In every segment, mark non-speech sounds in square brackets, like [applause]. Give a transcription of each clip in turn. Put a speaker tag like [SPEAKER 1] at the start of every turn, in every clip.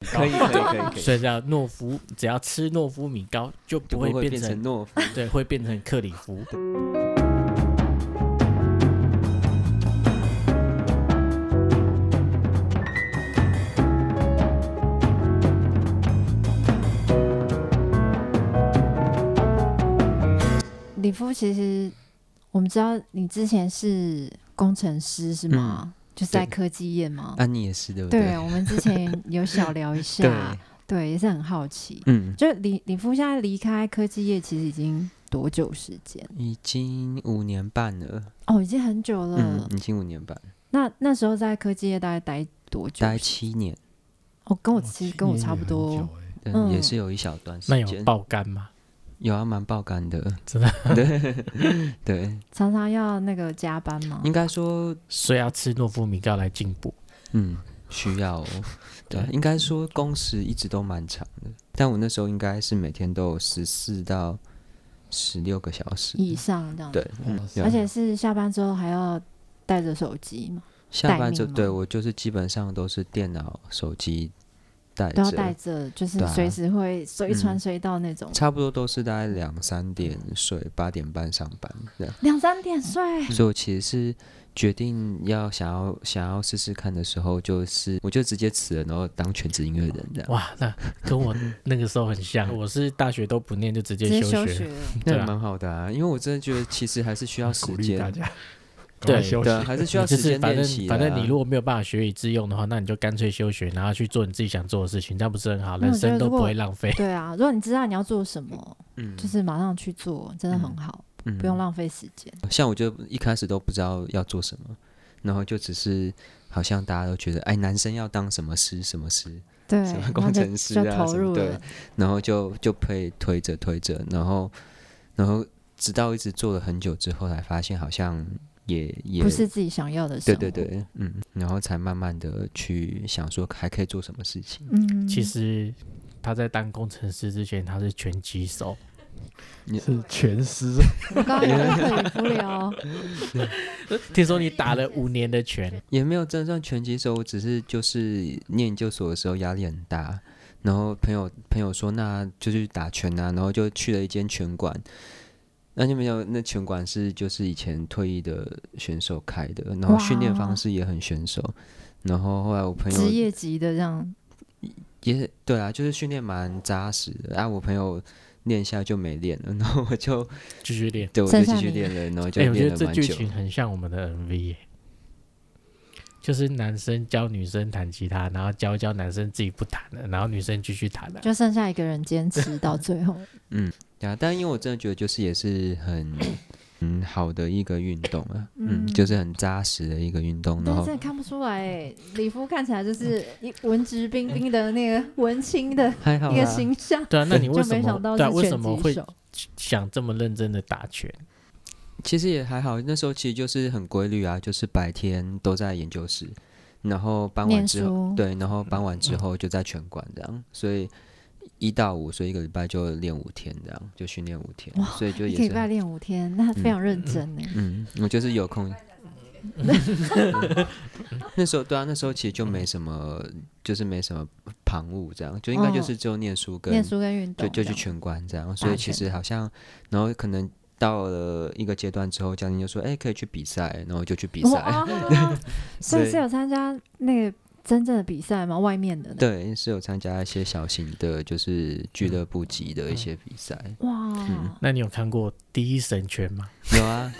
[SPEAKER 1] 可以可以可以可以，
[SPEAKER 2] 所以叫诺夫，只要吃诺夫米糕就
[SPEAKER 1] 就
[SPEAKER 2] 不
[SPEAKER 1] 不会
[SPEAKER 2] 会
[SPEAKER 1] 变
[SPEAKER 2] 变
[SPEAKER 1] 成啊
[SPEAKER 2] 成
[SPEAKER 1] 懦夫。
[SPEAKER 2] 对，会变成克里夫。
[SPEAKER 3] 李夫，其实我们知道你之前是工程师是吗？就是在
[SPEAKER 1] 嗯对
[SPEAKER 3] 科技业吗？
[SPEAKER 1] 安啊妮也是对不
[SPEAKER 3] 对，我们之前有小聊一
[SPEAKER 1] 对，
[SPEAKER 3] 下，对，也是很好奇。
[SPEAKER 1] 嗯，
[SPEAKER 3] 就李李夫现在离开科技业，其实已经多久时间？
[SPEAKER 1] 已经五年半了，
[SPEAKER 3] 哦，已经很久了。
[SPEAKER 1] 嗯，已经五年半，
[SPEAKER 3] 那那时候在科技业大概待多久？
[SPEAKER 1] 大概七年，
[SPEAKER 3] 哦，跟我其实跟我差不多。
[SPEAKER 1] 嗯，也
[SPEAKER 3] 嗯
[SPEAKER 1] 是有一小段时
[SPEAKER 2] 那有
[SPEAKER 1] 间，
[SPEAKER 2] 爆肝吗？
[SPEAKER 1] 有啊，蛮爆肝的，
[SPEAKER 2] 真的，
[SPEAKER 1] [laughs] 对对，
[SPEAKER 3] 常常要那个加班吗？
[SPEAKER 1] 应该说，
[SPEAKER 2] 所以要吃诺夫米糕来进补。
[SPEAKER 1] 嗯，需要 [laughs] 哦，对啊，应该说工时一直都蛮长的，但我那时候应该是每天都有十四到十六个小时，
[SPEAKER 3] 以上这样。
[SPEAKER 1] 对，嗯
[SPEAKER 2] 哇塞
[SPEAKER 1] 有
[SPEAKER 3] 而且是下班之后还要带着手机嘛，
[SPEAKER 1] 下班就
[SPEAKER 3] 待命吗
[SPEAKER 1] 对我就是基本上都是电脑、手机带
[SPEAKER 3] 都
[SPEAKER 1] 着
[SPEAKER 3] 要，带着，就是
[SPEAKER 1] 对啊
[SPEAKER 3] 随时会随
[SPEAKER 1] 嗯
[SPEAKER 3] 传随到那种。
[SPEAKER 1] 差不多都是大概两三点睡，八点半上班这样。
[SPEAKER 3] 两三点睡，
[SPEAKER 2] 嗯
[SPEAKER 1] 所以我其实是决定要想要想要试试看的时候，就是我就直接辞了，然后当全职音乐人这样。
[SPEAKER 2] 哇，那跟我那个时候很像，我是大学都不念就直
[SPEAKER 3] 直
[SPEAKER 2] 接
[SPEAKER 3] 接
[SPEAKER 2] 休
[SPEAKER 3] 休
[SPEAKER 2] 学。
[SPEAKER 1] [laughs]
[SPEAKER 3] 学了。
[SPEAKER 1] 那
[SPEAKER 2] 对
[SPEAKER 1] 也
[SPEAKER 2] 啊
[SPEAKER 1] 蛮好的啊，因为我真的觉得其实还是需要
[SPEAKER 2] [laughs]
[SPEAKER 1] 时
[SPEAKER 4] 鼓励大
[SPEAKER 1] 间，
[SPEAKER 4] 家，
[SPEAKER 2] 对
[SPEAKER 4] 赶快休息
[SPEAKER 1] 对
[SPEAKER 2] [laughs]
[SPEAKER 1] 啊，还是需
[SPEAKER 2] 你
[SPEAKER 1] 要
[SPEAKER 2] 就
[SPEAKER 1] 时
[SPEAKER 2] 是
[SPEAKER 1] 间
[SPEAKER 2] 反
[SPEAKER 1] 练习
[SPEAKER 2] 正
[SPEAKER 1] 的啊。
[SPEAKER 2] 反正你如果没有办法学以致用的话，那你就干脆休学，然后去做你自己想做的事情，这样不是很好？
[SPEAKER 3] 那
[SPEAKER 2] 人
[SPEAKER 3] 我觉
[SPEAKER 2] 生
[SPEAKER 3] 得
[SPEAKER 2] 都
[SPEAKER 3] 如果
[SPEAKER 2] 不会浪费。
[SPEAKER 3] 对啊，如果你知道你要做什么，
[SPEAKER 1] 嗯
[SPEAKER 3] 就是马上去做，真的很好，不用
[SPEAKER 1] 嗯
[SPEAKER 3] 浪费时间。
[SPEAKER 1] 像我就一开始都不知道要做什么，然后就只是好像大家都觉得，哎，男生要当什么师什么师，
[SPEAKER 3] 对，
[SPEAKER 1] 什么
[SPEAKER 3] 然后
[SPEAKER 1] 工
[SPEAKER 3] 就
[SPEAKER 1] 程师
[SPEAKER 3] 就
[SPEAKER 1] 啊
[SPEAKER 3] 投
[SPEAKER 1] 什么
[SPEAKER 3] 入
[SPEAKER 1] 对
[SPEAKER 3] 了。
[SPEAKER 1] 然后就就被推着推着，然后然后直到一直做了很久之后，才发现好像也也
[SPEAKER 3] 不是自己想要的生
[SPEAKER 1] 对
[SPEAKER 3] 活。
[SPEAKER 1] 对，对，嗯，然后才慢慢的去想说还可以做什么事情。
[SPEAKER 2] [laughs]
[SPEAKER 3] 嗯，
[SPEAKER 2] 其实他在当工程师之前，他是拳击手。
[SPEAKER 4] 是全师，
[SPEAKER 3] 我刚刚有跟克里夫
[SPEAKER 1] [laughs]
[SPEAKER 3] 聊，
[SPEAKER 2] [laughs] 听说你打了五年的拳，
[SPEAKER 1] 也没有真正拳击手，我只是就是念研究所的时候压力很大，然后朋友朋友说那就去打拳啊，然后就去了一间拳馆。那就没有，那拳馆是就是以前退役的选手开的，然后训练
[SPEAKER 3] 哇
[SPEAKER 1] 方式也很选手。然后后来我朋友
[SPEAKER 3] 职业级的这样，
[SPEAKER 1] 也是对啊，就是训练蛮扎实的啊。我朋友练一下就没练了，然后我就
[SPEAKER 2] 继续练。
[SPEAKER 1] 对我
[SPEAKER 3] 剩
[SPEAKER 1] 就
[SPEAKER 3] 下
[SPEAKER 1] 继续
[SPEAKER 3] 你
[SPEAKER 1] 练了，
[SPEAKER 3] [laughs]
[SPEAKER 1] 然后就
[SPEAKER 2] 哎、我
[SPEAKER 1] 练
[SPEAKER 2] 觉得
[SPEAKER 1] 了
[SPEAKER 2] 这
[SPEAKER 1] 蛮
[SPEAKER 2] 剧
[SPEAKER 1] 久。
[SPEAKER 2] 情很像我们的 MV，耶就是男生教女生弹吉他，然后教一教男生自己不弹了，然后女生继续弹了。
[SPEAKER 3] 就剩下一个人坚持
[SPEAKER 1] [laughs]
[SPEAKER 3] 到最后。
[SPEAKER 1] 嗯，对啊，但因为我真的觉得就是也是很嗯好的一个运动啊，嗯，
[SPEAKER 3] 嗯
[SPEAKER 1] 就是很扎实的一个运动，然
[SPEAKER 3] 但是
[SPEAKER 1] 后
[SPEAKER 3] 真的看不出来欸，李夫看起来就是一文质彬彬的那个文青的
[SPEAKER 1] 还好
[SPEAKER 3] 一个
[SPEAKER 1] 啦。
[SPEAKER 3] 形象，
[SPEAKER 2] 对啊，那你
[SPEAKER 3] 就
[SPEAKER 2] 为什
[SPEAKER 3] 没想
[SPEAKER 2] 么
[SPEAKER 3] 到
[SPEAKER 2] 对、啊、
[SPEAKER 3] 是
[SPEAKER 2] 为什
[SPEAKER 3] 拳
[SPEAKER 2] 么
[SPEAKER 3] 击
[SPEAKER 2] 会
[SPEAKER 3] 手。
[SPEAKER 2] 想这么认真的打拳？
[SPEAKER 1] 其实也还好，那时候其实就是很规律啊，就是白天都在研究室，然后傍晚
[SPEAKER 3] 念
[SPEAKER 1] 之后
[SPEAKER 3] 书
[SPEAKER 1] 对，然后傍晚之后就在拳馆这样，所以一到五，所以一个礼拜就练五天这样，就训练五天，所以就
[SPEAKER 3] 一
[SPEAKER 1] 也
[SPEAKER 3] 个礼
[SPEAKER 1] 是
[SPEAKER 3] 拜
[SPEAKER 1] 很
[SPEAKER 3] 练五天，那非常认真呢。
[SPEAKER 1] 嗯，我就是有空。 [laughs] 那时候对啊，那时候其实就没什么，就是没什么旁骛这样，就应该就是只有念书跟、
[SPEAKER 3] 哦念书跟运
[SPEAKER 1] 就
[SPEAKER 3] 动这
[SPEAKER 1] 就
[SPEAKER 3] 样，
[SPEAKER 1] 去拳馆这样，所以
[SPEAKER 3] 打
[SPEAKER 1] 其
[SPEAKER 3] 拳
[SPEAKER 1] 实好像，然后可能到了一个阶段之后，教练就说，哎、可以去比赛，然后就去比赛。
[SPEAKER 3] 哇，所以是有参加那个真正的比赛吗？外面的那
[SPEAKER 1] [laughs]
[SPEAKER 3] 个？
[SPEAKER 1] 对，是有参加一些小型的，就是俱乐部级的一些比赛。嗯
[SPEAKER 3] 哇，
[SPEAKER 2] 那你有看过《第一神拳》吗？
[SPEAKER 1] 有啊，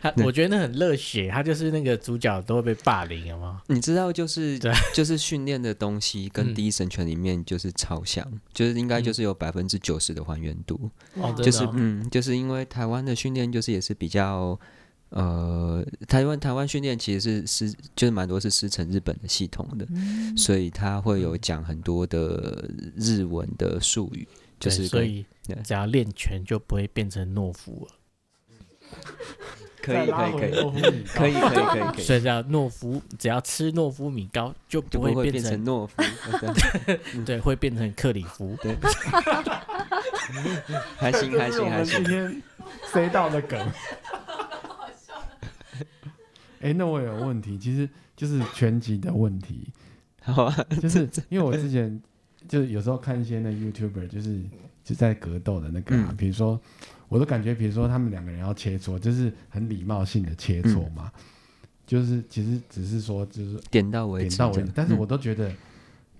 [SPEAKER 2] 他我觉得那很热血，他就是那个主角都会被霸凌，有吗？
[SPEAKER 1] 你知道，就是
[SPEAKER 2] 对
[SPEAKER 1] [laughs] 就是训练的东西跟
[SPEAKER 2] 嗯
[SPEAKER 1] 第一神拳里面就是超像，就是应该
[SPEAKER 2] 嗯
[SPEAKER 1] 就是有百分之九十的还原度，
[SPEAKER 2] 哦
[SPEAKER 3] 哇
[SPEAKER 2] 真的
[SPEAKER 1] 就是嗯，就是因为台湾的训练就是也是比较。呃，台湾台湾训练其实是师，就是蛮多是师承日本的系统的，
[SPEAKER 3] 嗯
[SPEAKER 1] 所以他会有讲很多的日文的术语，就
[SPEAKER 2] 对
[SPEAKER 1] 是
[SPEAKER 2] 所
[SPEAKER 1] 跟
[SPEAKER 2] 以
[SPEAKER 1] 对
[SPEAKER 2] 只要练拳就不会变成懦夫了，
[SPEAKER 1] 可以可以可以可以可以可以可以，
[SPEAKER 2] 所以叫懦夫，只要吃诺夫米糕就
[SPEAKER 1] 就
[SPEAKER 2] 不
[SPEAKER 1] 不会
[SPEAKER 2] 会
[SPEAKER 1] 变
[SPEAKER 2] 变
[SPEAKER 1] 成
[SPEAKER 2] 成
[SPEAKER 1] 懦夫， [laughs] 对
[SPEAKER 2] 对，会变成克里夫。
[SPEAKER 1] 对， [laughs] 还行还行还
[SPEAKER 4] 今
[SPEAKER 1] 行，
[SPEAKER 2] [laughs]
[SPEAKER 4] 天塞到的 [laughs] 梗。哎、那我有个问题，其实就是拳击的问题。
[SPEAKER 1] 好啊， [laughs]
[SPEAKER 4] 就是因为我之前就是有时候看一些那 YouTuber，就是就在格斗的那个、啊，
[SPEAKER 1] 嗯
[SPEAKER 4] 比如说我都感觉，比如说他们两个人要切磋，就是很礼貌性的切
[SPEAKER 1] 嗯
[SPEAKER 4] 磋嘛，就是其实只是说就是
[SPEAKER 1] 点到为
[SPEAKER 4] 点
[SPEAKER 1] 止这
[SPEAKER 4] 到
[SPEAKER 1] 样，
[SPEAKER 4] 为止，但是
[SPEAKER 1] 嗯
[SPEAKER 4] 我都觉得。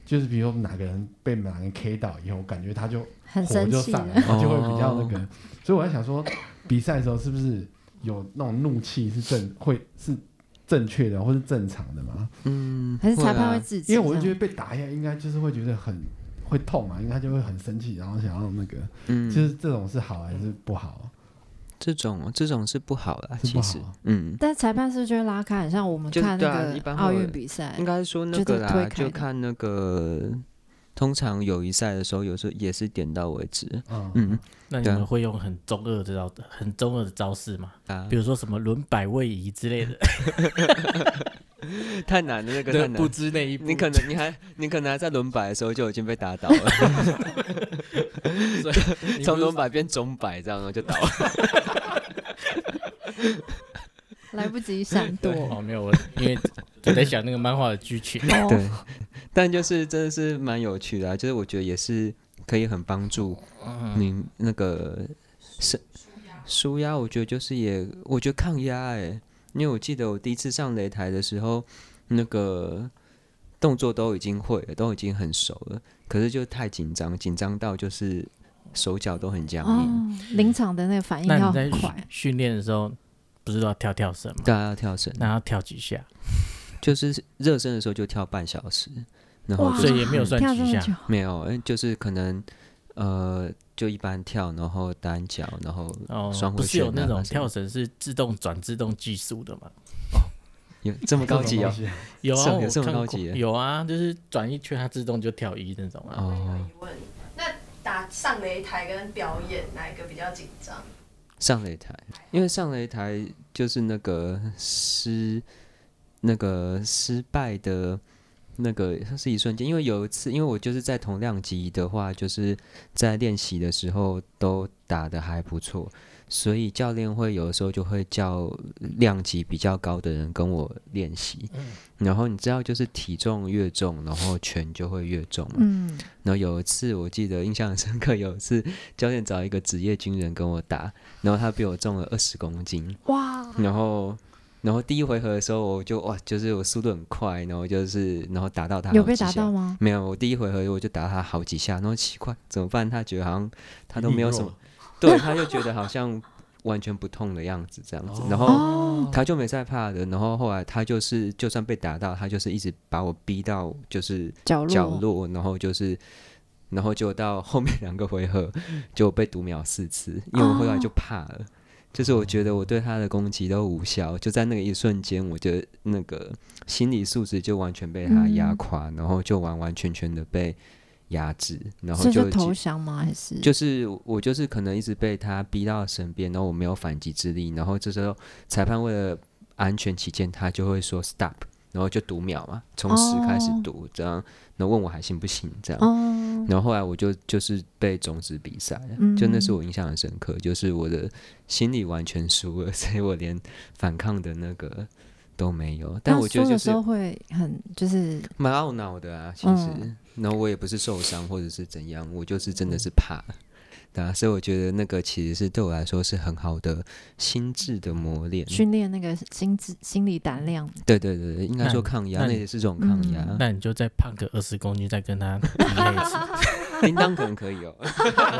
[SPEAKER 4] 就是比如说哪个人被哪个人 K 到以后，我感觉他就
[SPEAKER 3] 很
[SPEAKER 4] 火
[SPEAKER 3] 生
[SPEAKER 4] 就
[SPEAKER 3] 气
[SPEAKER 4] 上来，
[SPEAKER 3] 了。
[SPEAKER 4] 他就会比较
[SPEAKER 2] 哦
[SPEAKER 4] 那个。所以我在想说，比赛的时候是不是有那种怒气是正会是正确的，或是正常的嘛？
[SPEAKER 1] 嗯，
[SPEAKER 3] 还是裁判
[SPEAKER 1] 啊
[SPEAKER 3] 会制止这
[SPEAKER 4] 因为
[SPEAKER 3] 样？
[SPEAKER 4] 我就觉得被打一下，应该就是会觉得很会痛嘛，应该就会很生气，然后想要那个，
[SPEAKER 1] 嗯，
[SPEAKER 4] 就是这种是好还是不好？
[SPEAKER 1] 这种这种是不好啦，
[SPEAKER 4] 是不
[SPEAKER 1] 其
[SPEAKER 4] 好啊
[SPEAKER 1] 实，嗯，
[SPEAKER 3] 但裁判是不是就会拉开，很像我们
[SPEAKER 1] 就
[SPEAKER 3] 看
[SPEAKER 1] 对啊
[SPEAKER 3] 那
[SPEAKER 1] 一
[SPEAKER 3] 个
[SPEAKER 1] 般会
[SPEAKER 3] 奥运比赛
[SPEAKER 1] 应，该说那
[SPEAKER 3] 就
[SPEAKER 1] 个
[SPEAKER 3] 是推
[SPEAKER 1] 啦，
[SPEAKER 3] 开
[SPEAKER 1] 就
[SPEAKER 3] 的
[SPEAKER 1] 看那个，通常友谊赛的时候，有时候也是点到为止，
[SPEAKER 4] 嗯
[SPEAKER 1] 嗯
[SPEAKER 2] 那你
[SPEAKER 1] 对啊
[SPEAKER 2] 们会用很中二的招、很中二的招式吗？
[SPEAKER 1] 啊
[SPEAKER 2] 比，如说什么轮摆位移之类的，
[SPEAKER 1] 太难了，那个太难
[SPEAKER 2] 不
[SPEAKER 1] 了。
[SPEAKER 2] 知那一步，
[SPEAKER 1] 你可能你还你可能还在轮摆的时候就已经被打
[SPEAKER 4] [laughs]
[SPEAKER 1] 倒了，
[SPEAKER 2] 你不是
[SPEAKER 1] 从轮摆变中摆这样然后就倒了。
[SPEAKER 3] 来不及闪躲
[SPEAKER 2] 对。哦，没有我，因为我在想那个漫画的剧
[SPEAKER 3] [laughs]
[SPEAKER 2] 情。
[SPEAKER 3] 哦，
[SPEAKER 1] 对，但就是真的是蛮有趣的、啊，就是我觉得也是可以很帮助
[SPEAKER 3] 嗯
[SPEAKER 1] 您那个是舒压，我觉得就是也我觉得抗压哎、因为我记得我第一次上擂台的时候，那个动作都已经会了，都已经很熟了，可是就太紧张，紧张到就是手脚都很僵硬。
[SPEAKER 3] 哦，临场的那个反应
[SPEAKER 2] 那
[SPEAKER 3] 要
[SPEAKER 2] 你在
[SPEAKER 3] 很
[SPEAKER 2] 训
[SPEAKER 3] 快，
[SPEAKER 2] 训练的时候，不是都要跳跳绳吗？
[SPEAKER 1] 大家要跳绳，
[SPEAKER 2] 那要跳几下，
[SPEAKER 1] 就是热身的时候就跳半小时，然后
[SPEAKER 3] 哇
[SPEAKER 1] 哦就
[SPEAKER 2] 所
[SPEAKER 1] 是
[SPEAKER 2] 以也没有算
[SPEAKER 3] 跳这
[SPEAKER 2] 几下。
[SPEAKER 3] 么久，
[SPEAKER 1] 没有，哎就是可能呃就一般跳，然后单脚，然后
[SPEAKER 2] 哦
[SPEAKER 1] 双，回
[SPEAKER 2] 不是有
[SPEAKER 1] 旋
[SPEAKER 2] 那
[SPEAKER 1] 啊
[SPEAKER 2] 种
[SPEAKER 1] 还是
[SPEAKER 2] 跳绳是自动转自动技术的吗？
[SPEAKER 1] 有这么高级哦，
[SPEAKER 2] 有
[SPEAKER 1] 这
[SPEAKER 2] 啊，
[SPEAKER 1] 有
[SPEAKER 2] 我
[SPEAKER 1] 这么
[SPEAKER 2] 看
[SPEAKER 1] 高
[SPEAKER 2] 过
[SPEAKER 1] 级耶
[SPEAKER 2] 有啊，就是转一圈它自动就跳一那种啊。
[SPEAKER 1] 哦，
[SPEAKER 5] 打上擂台跟表演哪一个比较紧张？
[SPEAKER 1] 上擂台，因为上擂台就是那个失那个失败的那个它是一瞬间，因为有一次，因为我就是在同量级的话，就是在练习的时候都打的还不错，所以教练会有的时候就会叫量级比较高的人跟我练习，
[SPEAKER 5] 嗯
[SPEAKER 1] 然后你知道就是体重越重，然后拳就会越重嘛，
[SPEAKER 3] 嗯，
[SPEAKER 1] 然后有一次我记得印象很深刻，有一次教练找一个职业军人跟我打，然后他比我重了二十公斤，
[SPEAKER 3] 哇，
[SPEAKER 1] 然后然后第一回合的时候我就哇，就是我速度很快，然后就是然后打到他
[SPEAKER 3] 有
[SPEAKER 1] 好
[SPEAKER 3] 被
[SPEAKER 1] 几
[SPEAKER 3] 打
[SPEAKER 1] 下
[SPEAKER 3] 到？吗？
[SPEAKER 1] 没有，我第一回合我就打他好几下，然后奇怪怎么办？他觉得好像他都没有什么，对，他就觉得好像完全不痛的样子这样子，然后
[SPEAKER 3] 哦，
[SPEAKER 1] 他就没在怕的，然后后来他就是就算被打到，他就是一直把我逼到就是
[SPEAKER 3] 角落，
[SPEAKER 1] 角落，然后就是，然后就到后面两个回合 [laughs] 就被读秒四次，因为我后来就怕了，就是我觉得我对他的攻击都无效，就在那个一瞬间，我觉得那个心理素质就完全被他压
[SPEAKER 3] 嗯
[SPEAKER 1] 垮，然后就完完全全的被压制，然后
[SPEAKER 3] 所以
[SPEAKER 1] 就
[SPEAKER 3] 就投降吗？还是
[SPEAKER 1] 就是我就是可能一直被他逼到身边，然后我没有反击之力，然后这时候裁判为了安全起见，他就会说 stop，然后就读秒嘛，从十开始
[SPEAKER 3] 哦
[SPEAKER 1] 读，这样，然后问我还行不行这样，
[SPEAKER 3] 哦，
[SPEAKER 1] 然后后来我就就是被终止比赛了，
[SPEAKER 3] 嗯
[SPEAKER 1] 就那是我印象很深刻，就是我的心里完全输了，所以我连反抗的那个都没有，但
[SPEAKER 3] 那
[SPEAKER 1] 我觉得
[SPEAKER 3] 输
[SPEAKER 1] 就
[SPEAKER 3] 的时
[SPEAKER 1] 是嗯
[SPEAKER 3] 候会很就是
[SPEAKER 1] 蛮懊恼的啊，其实，
[SPEAKER 3] 嗯
[SPEAKER 1] 然后我也不是受伤或者是怎样，我就是真
[SPEAKER 2] 嗯
[SPEAKER 1] 的是怕，对啊，所以我觉得那个其实是对我来说是很好的心智的磨练，
[SPEAKER 3] 训练那个心智、心理胆量，
[SPEAKER 1] 对对对，对应该
[SPEAKER 2] 那
[SPEAKER 1] 说
[SPEAKER 2] 你
[SPEAKER 1] 抗压，
[SPEAKER 2] 那
[SPEAKER 1] 那
[SPEAKER 2] 你嗯
[SPEAKER 1] 也是种抗压，
[SPEAKER 2] 那你就再胖个二十公斤，再跟他比一次。
[SPEAKER 1] 叮当可能可以哦， [laughs]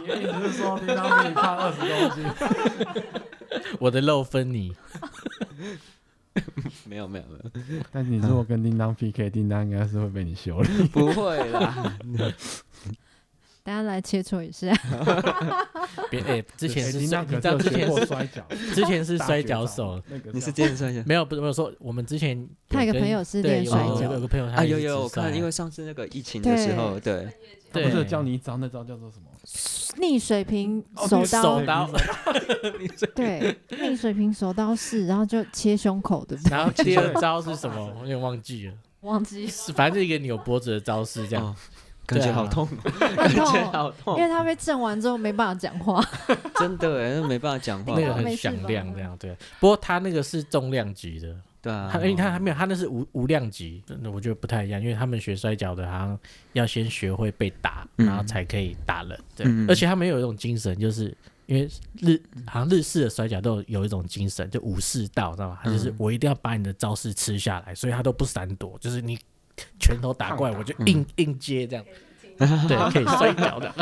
[SPEAKER 4] 你的意思是说叮当比你胖二十公斤？
[SPEAKER 2] [laughs] 我的肉分你，
[SPEAKER 1] 没有没有没有，
[SPEAKER 4] [laughs]
[SPEAKER 1] [laughs]
[SPEAKER 4] 但你如果跟叮当 PK，叮当应该是会被你修理。
[SPEAKER 1] 不会啦，
[SPEAKER 3] 大家来切磋一下。 [laughs]
[SPEAKER 2] 别哎、之前
[SPEAKER 4] 哎 [laughs]
[SPEAKER 2] 是
[SPEAKER 4] 叮
[SPEAKER 2] 摔，
[SPEAKER 4] 当
[SPEAKER 2] 你
[SPEAKER 4] 可
[SPEAKER 2] 知
[SPEAKER 4] 是
[SPEAKER 2] 道
[SPEAKER 4] 有
[SPEAKER 2] 之
[SPEAKER 4] 学
[SPEAKER 2] 前
[SPEAKER 4] 过
[SPEAKER 2] 是
[SPEAKER 4] 摔跤，
[SPEAKER 2] 之前是
[SPEAKER 4] 大
[SPEAKER 2] 摔
[SPEAKER 4] 绝
[SPEAKER 2] 跤
[SPEAKER 4] 招
[SPEAKER 2] 手，
[SPEAKER 4] 那个
[SPEAKER 1] 你是
[SPEAKER 4] 要
[SPEAKER 1] 这样算一下。
[SPEAKER 2] 没有不是我说我们之前
[SPEAKER 3] 他有个
[SPEAKER 2] 跟
[SPEAKER 3] 朋友是
[SPEAKER 2] 对
[SPEAKER 3] 练
[SPEAKER 2] 有
[SPEAKER 3] 摔
[SPEAKER 2] 个
[SPEAKER 3] 跤
[SPEAKER 2] 有个朋友他
[SPEAKER 1] 啊
[SPEAKER 2] 也
[SPEAKER 1] 有
[SPEAKER 2] 是
[SPEAKER 1] 有，我
[SPEAKER 2] 摔
[SPEAKER 1] 看，因为上次那个疫情的时
[SPEAKER 3] 对
[SPEAKER 1] 候，对，
[SPEAKER 5] 对
[SPEAKER 4] 他不是有
[SPEAKER 2] 对
[SPEAKER 4] 教你一招，那招叫做什么？
[SPEAKER 3] 逆水平
[SPEAKER 2] 哦
[SPEAKER 3] 手
[SPEAKER 2] 手
[SPEAKER 3] 刀，
[SPEAKER 2] 刀，
[SPEAKER 3] 对，逆水平手刀式，然后就切胸口，对不对？
[SPEAKER 2] 然后第二招是什
[SPEAKER 4] [laughs]
[SPEAKER 2] 么？我有点忘记了，
[SPEAKER 3] 忘记，
[SPEAKER 2] 是反正是一个扭脖子的招式，这样。
[SPEAKER 1] 哦感觉
[SPEAKER 2] 对啊
[SPEAKER 1] 好
[SPEAKER 2] [laughs]
[SPEAKER 1] 痛哦，
[SPEAKER 3] [laughs] 很
[SPEAKER 1] 感觉
[SPEAKER 3] 痛，
[SPEAKER 1] 好痛
[SPEAKER 3] 因，为他被震完之后没办法讲话。
[SPEAKER 1] 真的哎，那没办法讲话
[SPEAKER 2] 那，个
[SPEAKER 3] 哦没
[SPEAKER 2] 很
[SPEAKER 3] 事
[SPEAKER 2] 响
[SPEAKER 3] 吧
[SPEAKER 2] 亮，这样对。不过他那个是重量级的，
[SPEAKER 1] 对啊，
[SPEAKER 2] 他因为他他没有，他那是无无量级，那我觉得不太一样，因为他们学摔跤的，好像要先学会被打，
[SPEAKER 1] 嗯
[SPEAKER 2] 然后才可以打人。对，
[SPEAKER 1] 嗯
[SPEAKER 2] 而且他们有一种精神，就是因为日好像日式的摔跤都有有一种精神，就武士道，知道吗？他就是
[SPEAKER 1] 嗯
[SPEAKER 2] 我一定要把你的招式吃下来，所以他都不闪躲，就是你拳头打过来，我就
[SPEAKER 1] 嗯
[SPEAKER 2] 硬、硬接这样，对，可以摔跤的。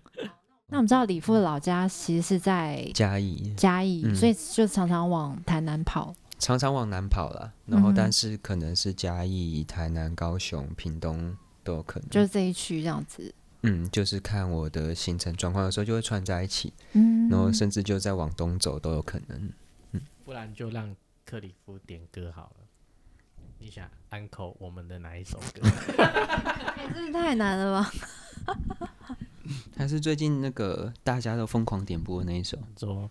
[SPEAKER 2] [laughs]
[SPEAKER 3] 那我们知道李父的老家其实是在
[SPEAKER 1] 嘉义
[SPEAKER 3] 嘉义，
[SPEAKER 1] 嗯
[SPEAKER 3] 所以就常常往台南跑。
[SPEAKER 1] 常常往南跑了，然后
[SPEAKER 3] 嗯哼
[SPEAKER 1] 但是可能是嘉义、台南、高雄、屏东都有可能，
[SPEAKER 3] 就是这一区这样子。
[SPEAKER 1] 嗯，就是看我的行程状况有时候就会串在一起，
[SPEAKER 3] 嗯，
[SPEAKER 1] 然后甚至就再往东走都有可能。
[SPEAKER 2] 不然就让克里夫点歌好了。你想安口我们的哪一首歌？
[SPEAKER 3] 哎真是太难了吧？ [laughs]
[SPEAKER 1] 还是最近那个大家都疯狂点播的那一首，
[SPEAKER 2] 说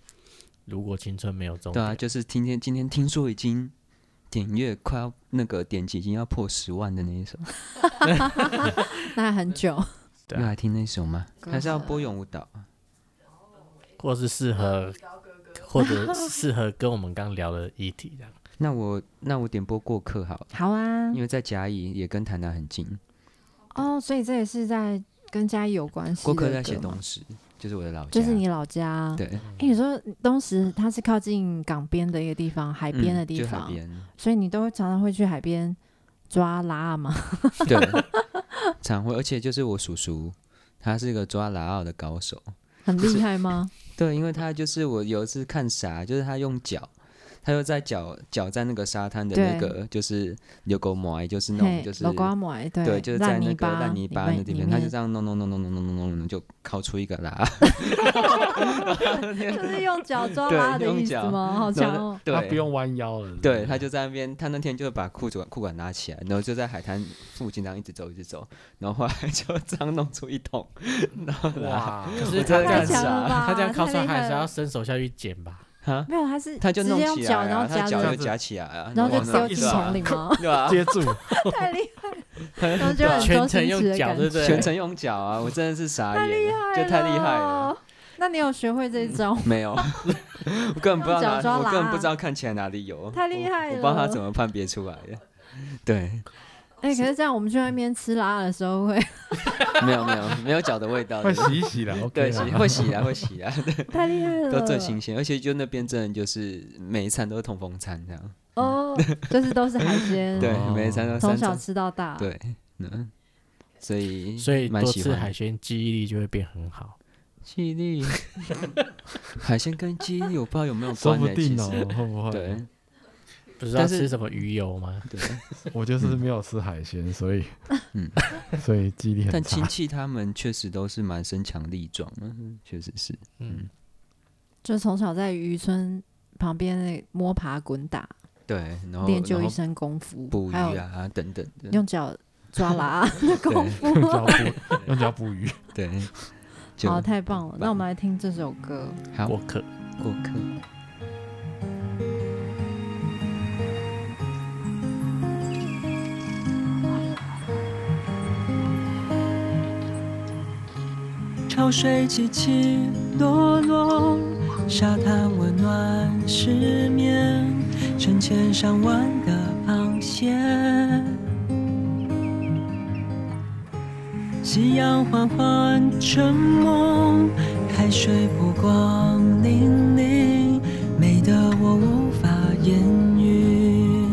[SPEAKER 2] 如果青春没有终
[SPEAKER 1] 对
[SPEAKER 2] 点，
[SPEAKER 1] 啊，就是今天今天听说已经点阅快要那个点击已经要破十万的那一首，
[SPEAKER 3] 那很久。
[SPEAKER 2] 对啊
[SPEAKER 1] 要来听那首吗？
[SPEAKER 3] 歌啊
[SPEAKER 1] 还是要
[SPEAKER 3] 手
[SPEAKER 1] 播咏舞蹈？
[SPEAKER 2] 或是适合，或者适合跟我们刚聊的议题这样。
[SPEAKER 1] 那我那我点播过客好了，
[SPEAKER 3] 好啊，
[SPEAKER 1] 因为在甲乙也跟台南很近，
[SPEAKER 3] 哦，所以这也是在跟嘉义有关系。
[SPEAKER 1] 过客在写东
[SPEAKER 3] 东，
[SPEAKER 1] 石，就是我的老家，
[SPEAKER 3] 就是你老家。
[SPEAKER 1] 对，
[SPEAKER 3] 哎，你说东石它是靠近港边的一个地方，海边的
[SPEAKER 1] 嗯
[SPEAKER 3] 地
[SPEAKER 1] 就海
[SPEAKER 3] 方，
[SPEAKER 1] 边，
[SPEAKER 3] 所以你都常常会去海边抓拉嘛？
[SPEAKER 1] 对， [laughs] 常会，而且就是我叔叔，他是一个抓拉奥的高手，
[SPEAKER 3] [laughs] 很厉害吗？
[SPEAKER 1] 对，因为他就是我有一次看傻，就是他用脚，他又在脚脚在那个沙滩的那
[SPEAKER 3] 对
[SPEAKER 1] 个就是有狗毛，就是 [laughs] 那种
[SPEAKER 3] 嘿
[SPEAKER 1] 就是
[SPEAKER 3] 老瓜母哎，
[SPEAKER 1] 对，就是在
[SPEAKER 3] 烂
[SPEAKER 1] 那
[SPEAKER 3] 泥
[SPEAKER 1] 个
[SPEAKER 3] 巴
[SPEAKER 1] 烂泥巴那地
[SPEAKER 3] 里
[SPEAKER 1] 方，
[SPEAKER 3] 面
[SPEAKER 1] 他就这样弄弄弄弄弄弄弄弄弄，就烤出一个
[SPEAKER 4] [laughs]
[SPEAKER 1] 拉，
[SPEAKER 3] 就是用脚抓
[SPEAKER 1] [laughs] 对
[SPEAKER 3] 拉的
[SPEAKER 1] 用
[SPEAKER 3] 意思
[SPEAKER 1] 脚
[SPEAKER 3] 吗？好强哦！
[SPEAKER 4] 他
[SPEAKER 1] 对
[SPEAKER 4] 不。用弯腰了。
[SPEAKER 1] 对，他就在那边，他那天就把裤子裤管拉起来，然后就在海滩附近这样一直走，一直走，然后后来就这样弄出一桶，然后拉 [laughs]
[SPEAKER 2] 哇！可是
[SPEAKER 1] 我真
[SPEAKER 2] 他
[SPEAKER 1] 的太
[SPEAKER 2] 这样
[SPEAKER 3] 哦
[SPEAKER 2] 子
[SPEAKER 1] 强
[SPEAKER 2] 啊
[SPEAKER 1] 了
[SPEAKER 3] 吧
[SPEAKER 2] 他这样靠
[SPEAKER 3] 太
[SPEAKER 2] 上
[SPEAKER 3] 厉害
[SPEAKER 2] 还是
[SPEAKER 3] 了
[SPEAKER 2] 要伸手下去捡吧？
[SPEAKER 1] 哈，
[SPEAKER 3] 没有，他是
[SPEAKER 1] 他就
[SPEAKER 3] 直接
[SPEAKER 1] 弄
[SPEAKER 3] 用
[SPEAKER 1] 起
[SPEAKER 3] 脚，
[SPEAKER 1] 来、
[SPEAKER 3] 然
[SPEAKER 1] 啊，
[SPEAKER 3] 后
[SPEAKER 1] 他
[SPEAKER 3] 夹
[SPEAKER 1] 脚
[SPEAKER 3] 着
[SPEAKER 1] 就，夹起来、啊，
[SPEAKER 3] 然后就只有
[SPEAKER 4] 往上一
[SPEAKER 3] 几
[SPEAKER 1] 对啊
[SPEAKER 3] 丛林吗？
[SPEAKER 1] 对啊，
[SPEAKER 4] 接住，
[SPEAKER 3] [laughs] 太厉害
[SPEAKER 1] [laughs]
[SPEAKER 3] 了，然后
[SPEAKER 1] 对
[SPEAKER 3] 就
[SPEAKER 1] 啊
[SPEAKER 3] 很
[SPEAKER 2] 全
[SPEAKER 3] 周
[SPEAKER 2] 程
[SPEAKER 3] 星
[SPEAKER 2] 用
[SPEAKER 3] 驰的
[SPEAKER 2] 脚，
[SPEAKER 3] 感
[SPEAKER 2] 对不
[SPEAKER 3] 觉，
[SPEAKER 1] 全程用脚啊，我真的是傻
[SPEAKER 3] 太厉
[SPEAKER 1] 眼，
[SPEAKER 3] 害，
[SPEAKER 1] 就太厉害了。。
[SPEAKER 3] 那你有学会这一招吗？ [laughs]
[SPEAKER 1] 没有，我根本不知道
[SPEAKER 3] 用脚抓
[SPEAKER 1] 哪，我根本
[SPEAKER 3] 拉
[SPEAKER 1] 不知道看起来哪里有，
[SPEAKER 3] 太厉
[SPEAKER 1] 嗯
[SPEAKER 3] 害
[SPEAKER 1] 我
[SPEAKER 3] 了！
[SPEAKER 1] 不知道他怎么判别出来的。对，
[SPEAKER 3] 哎，可是这样我们去外面吃拉的时候会
[SPEAKER 1] 没有没有没有脚的味道 [laughs]
[SPEAKER 4] 快
[SPEAKER 1] 的，
[SPEAKER 4] 洗一洗了。
[SPEAKER 1] 对，
[SPEAKER 4] OK，
[SPEAKER 1] 洗
[SPEAKER 4] 啦
[SPEAKER 1] 会洗啊会洗啊，
[SPEAKER 3] [laughs] 太厉害了，
[SPEAKER 1] 都最新鲜，而且就那边真的就是每一餐都是通风餐这样，
[SPEAKER 3] 哦，就是都是海鲜， [laughs]
[SPEAKER 1] 对
[SPEAKER 4] 哦，
[SPEAKER 1] 每一餐都
[SPEAKER 3] 从
[SPEAKER 1] 三
[SPEAKER 3] 小
[SPEAKER 1] 餐，
[SPEAKER 3] 吃到大，
[SPEAKER 1] 对，嗯，所以
[SPEAKER 2] 所以
[SPEAKER 1] 蛮
[SPEAKER 2] 多
[SPEAKER 1] 喜
[SPEAKER 2] 吃
[SPEAKER 1] 欢
[SPEAKER 2] 海鲜记忆力就会变很好。
[SPEAKER 1] 记忆力， [laughs] 海鲜跟记忆力我不知道有没有
[SPEAKER 4] 说
[SPEAKER 1] 关
[SPEAKER 4] 不
[SPEAKER 1] 联，其
[SPEAKER 4] 定哦
[SPEAKER 1] 实，
[SPEAKER 4] 会不会？
[SPEAKER 1] 对
[SPEAKER 2] 不知道
[SPEAKER 1] 但是
[SPEAKER 2] 吃什么鱼油吗？
[SPEAKER 1] 对，
[SPEAKER 4] 我就是没有吃海鲜，所以，
[SPEAKER 1] [laughs] 嗯
[SPEAKER 4] 所以记忆力
[SPEAKER 1] 但
[SPEAKER 4] 很
[SPEAKER 1] 亲
[SPEAKER 4] 差。
[SPEAKER 1] 戚他们确实都是蛮身强力壮的，确实是。
[SPEAKER 2] 嗯，
[SPEAKER 3] 就从小在渔村旁边那摸爬滚打，
[SPEAKER 1] 对，然后
[SPEAKER 3] 练
[SPEAKER 1] 哦
[SPEAKER 3] 就一
[SPEAKER 1] 然后
[SPEAKER 3] 身功夫，
[SPEAKER 1] 捕鱼
[SPEAKER 3] 还有
[SPEAKER 1] 啊等等的，
[SPEAKER 3] 用脚抓
[SPEAKER 1] [laughs]
[SPEAKER 3] 拉的功夫。
[SPEAKER 4] 用脚捕，用脚捕鱼。
[SPEAKER 3] [laughs]
[SPEAKER 1] 对，就
[SPEAKER 3] 好，太棒了！
[SPEAKER 1] 棒
[SPEAKER 3] 那我们来听这首歌。
[SPEAKER 1] 好
[SPEAKER 2] 我可
[SPEAKER 1] 过客。
[SPEAKER 6] 潮水起起落落，沙滩温暖失眠，成千上万的螃蟹。夕阳缓缓沉没，海水波光粼粼，美得我无法言语。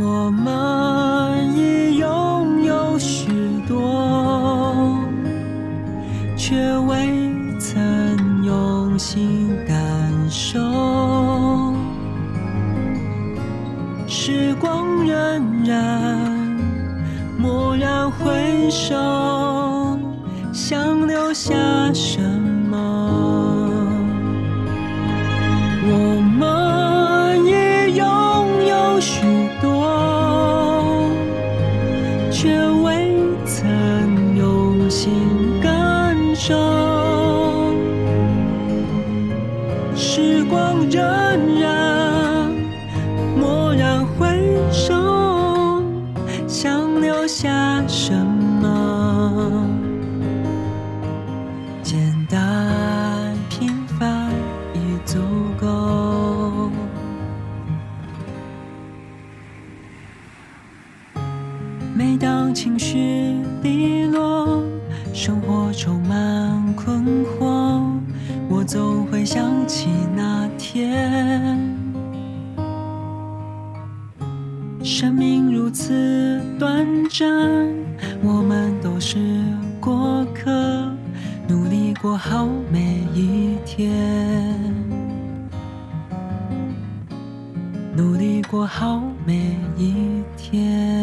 [SPEAKER 6] 我们已拥有许多，却未曾用心感受。时光荏苒，蓦然回首，想留下什么？我们已拥有许多，却未曾用心感受。时光荏苒，蓦然回首，想留下什么？简单平凡已足够。每当情绪低落，生活充满困惑，我总会想起那天。生命如此短暂，我们都是过客，努力过好每一天，努力过好每一天。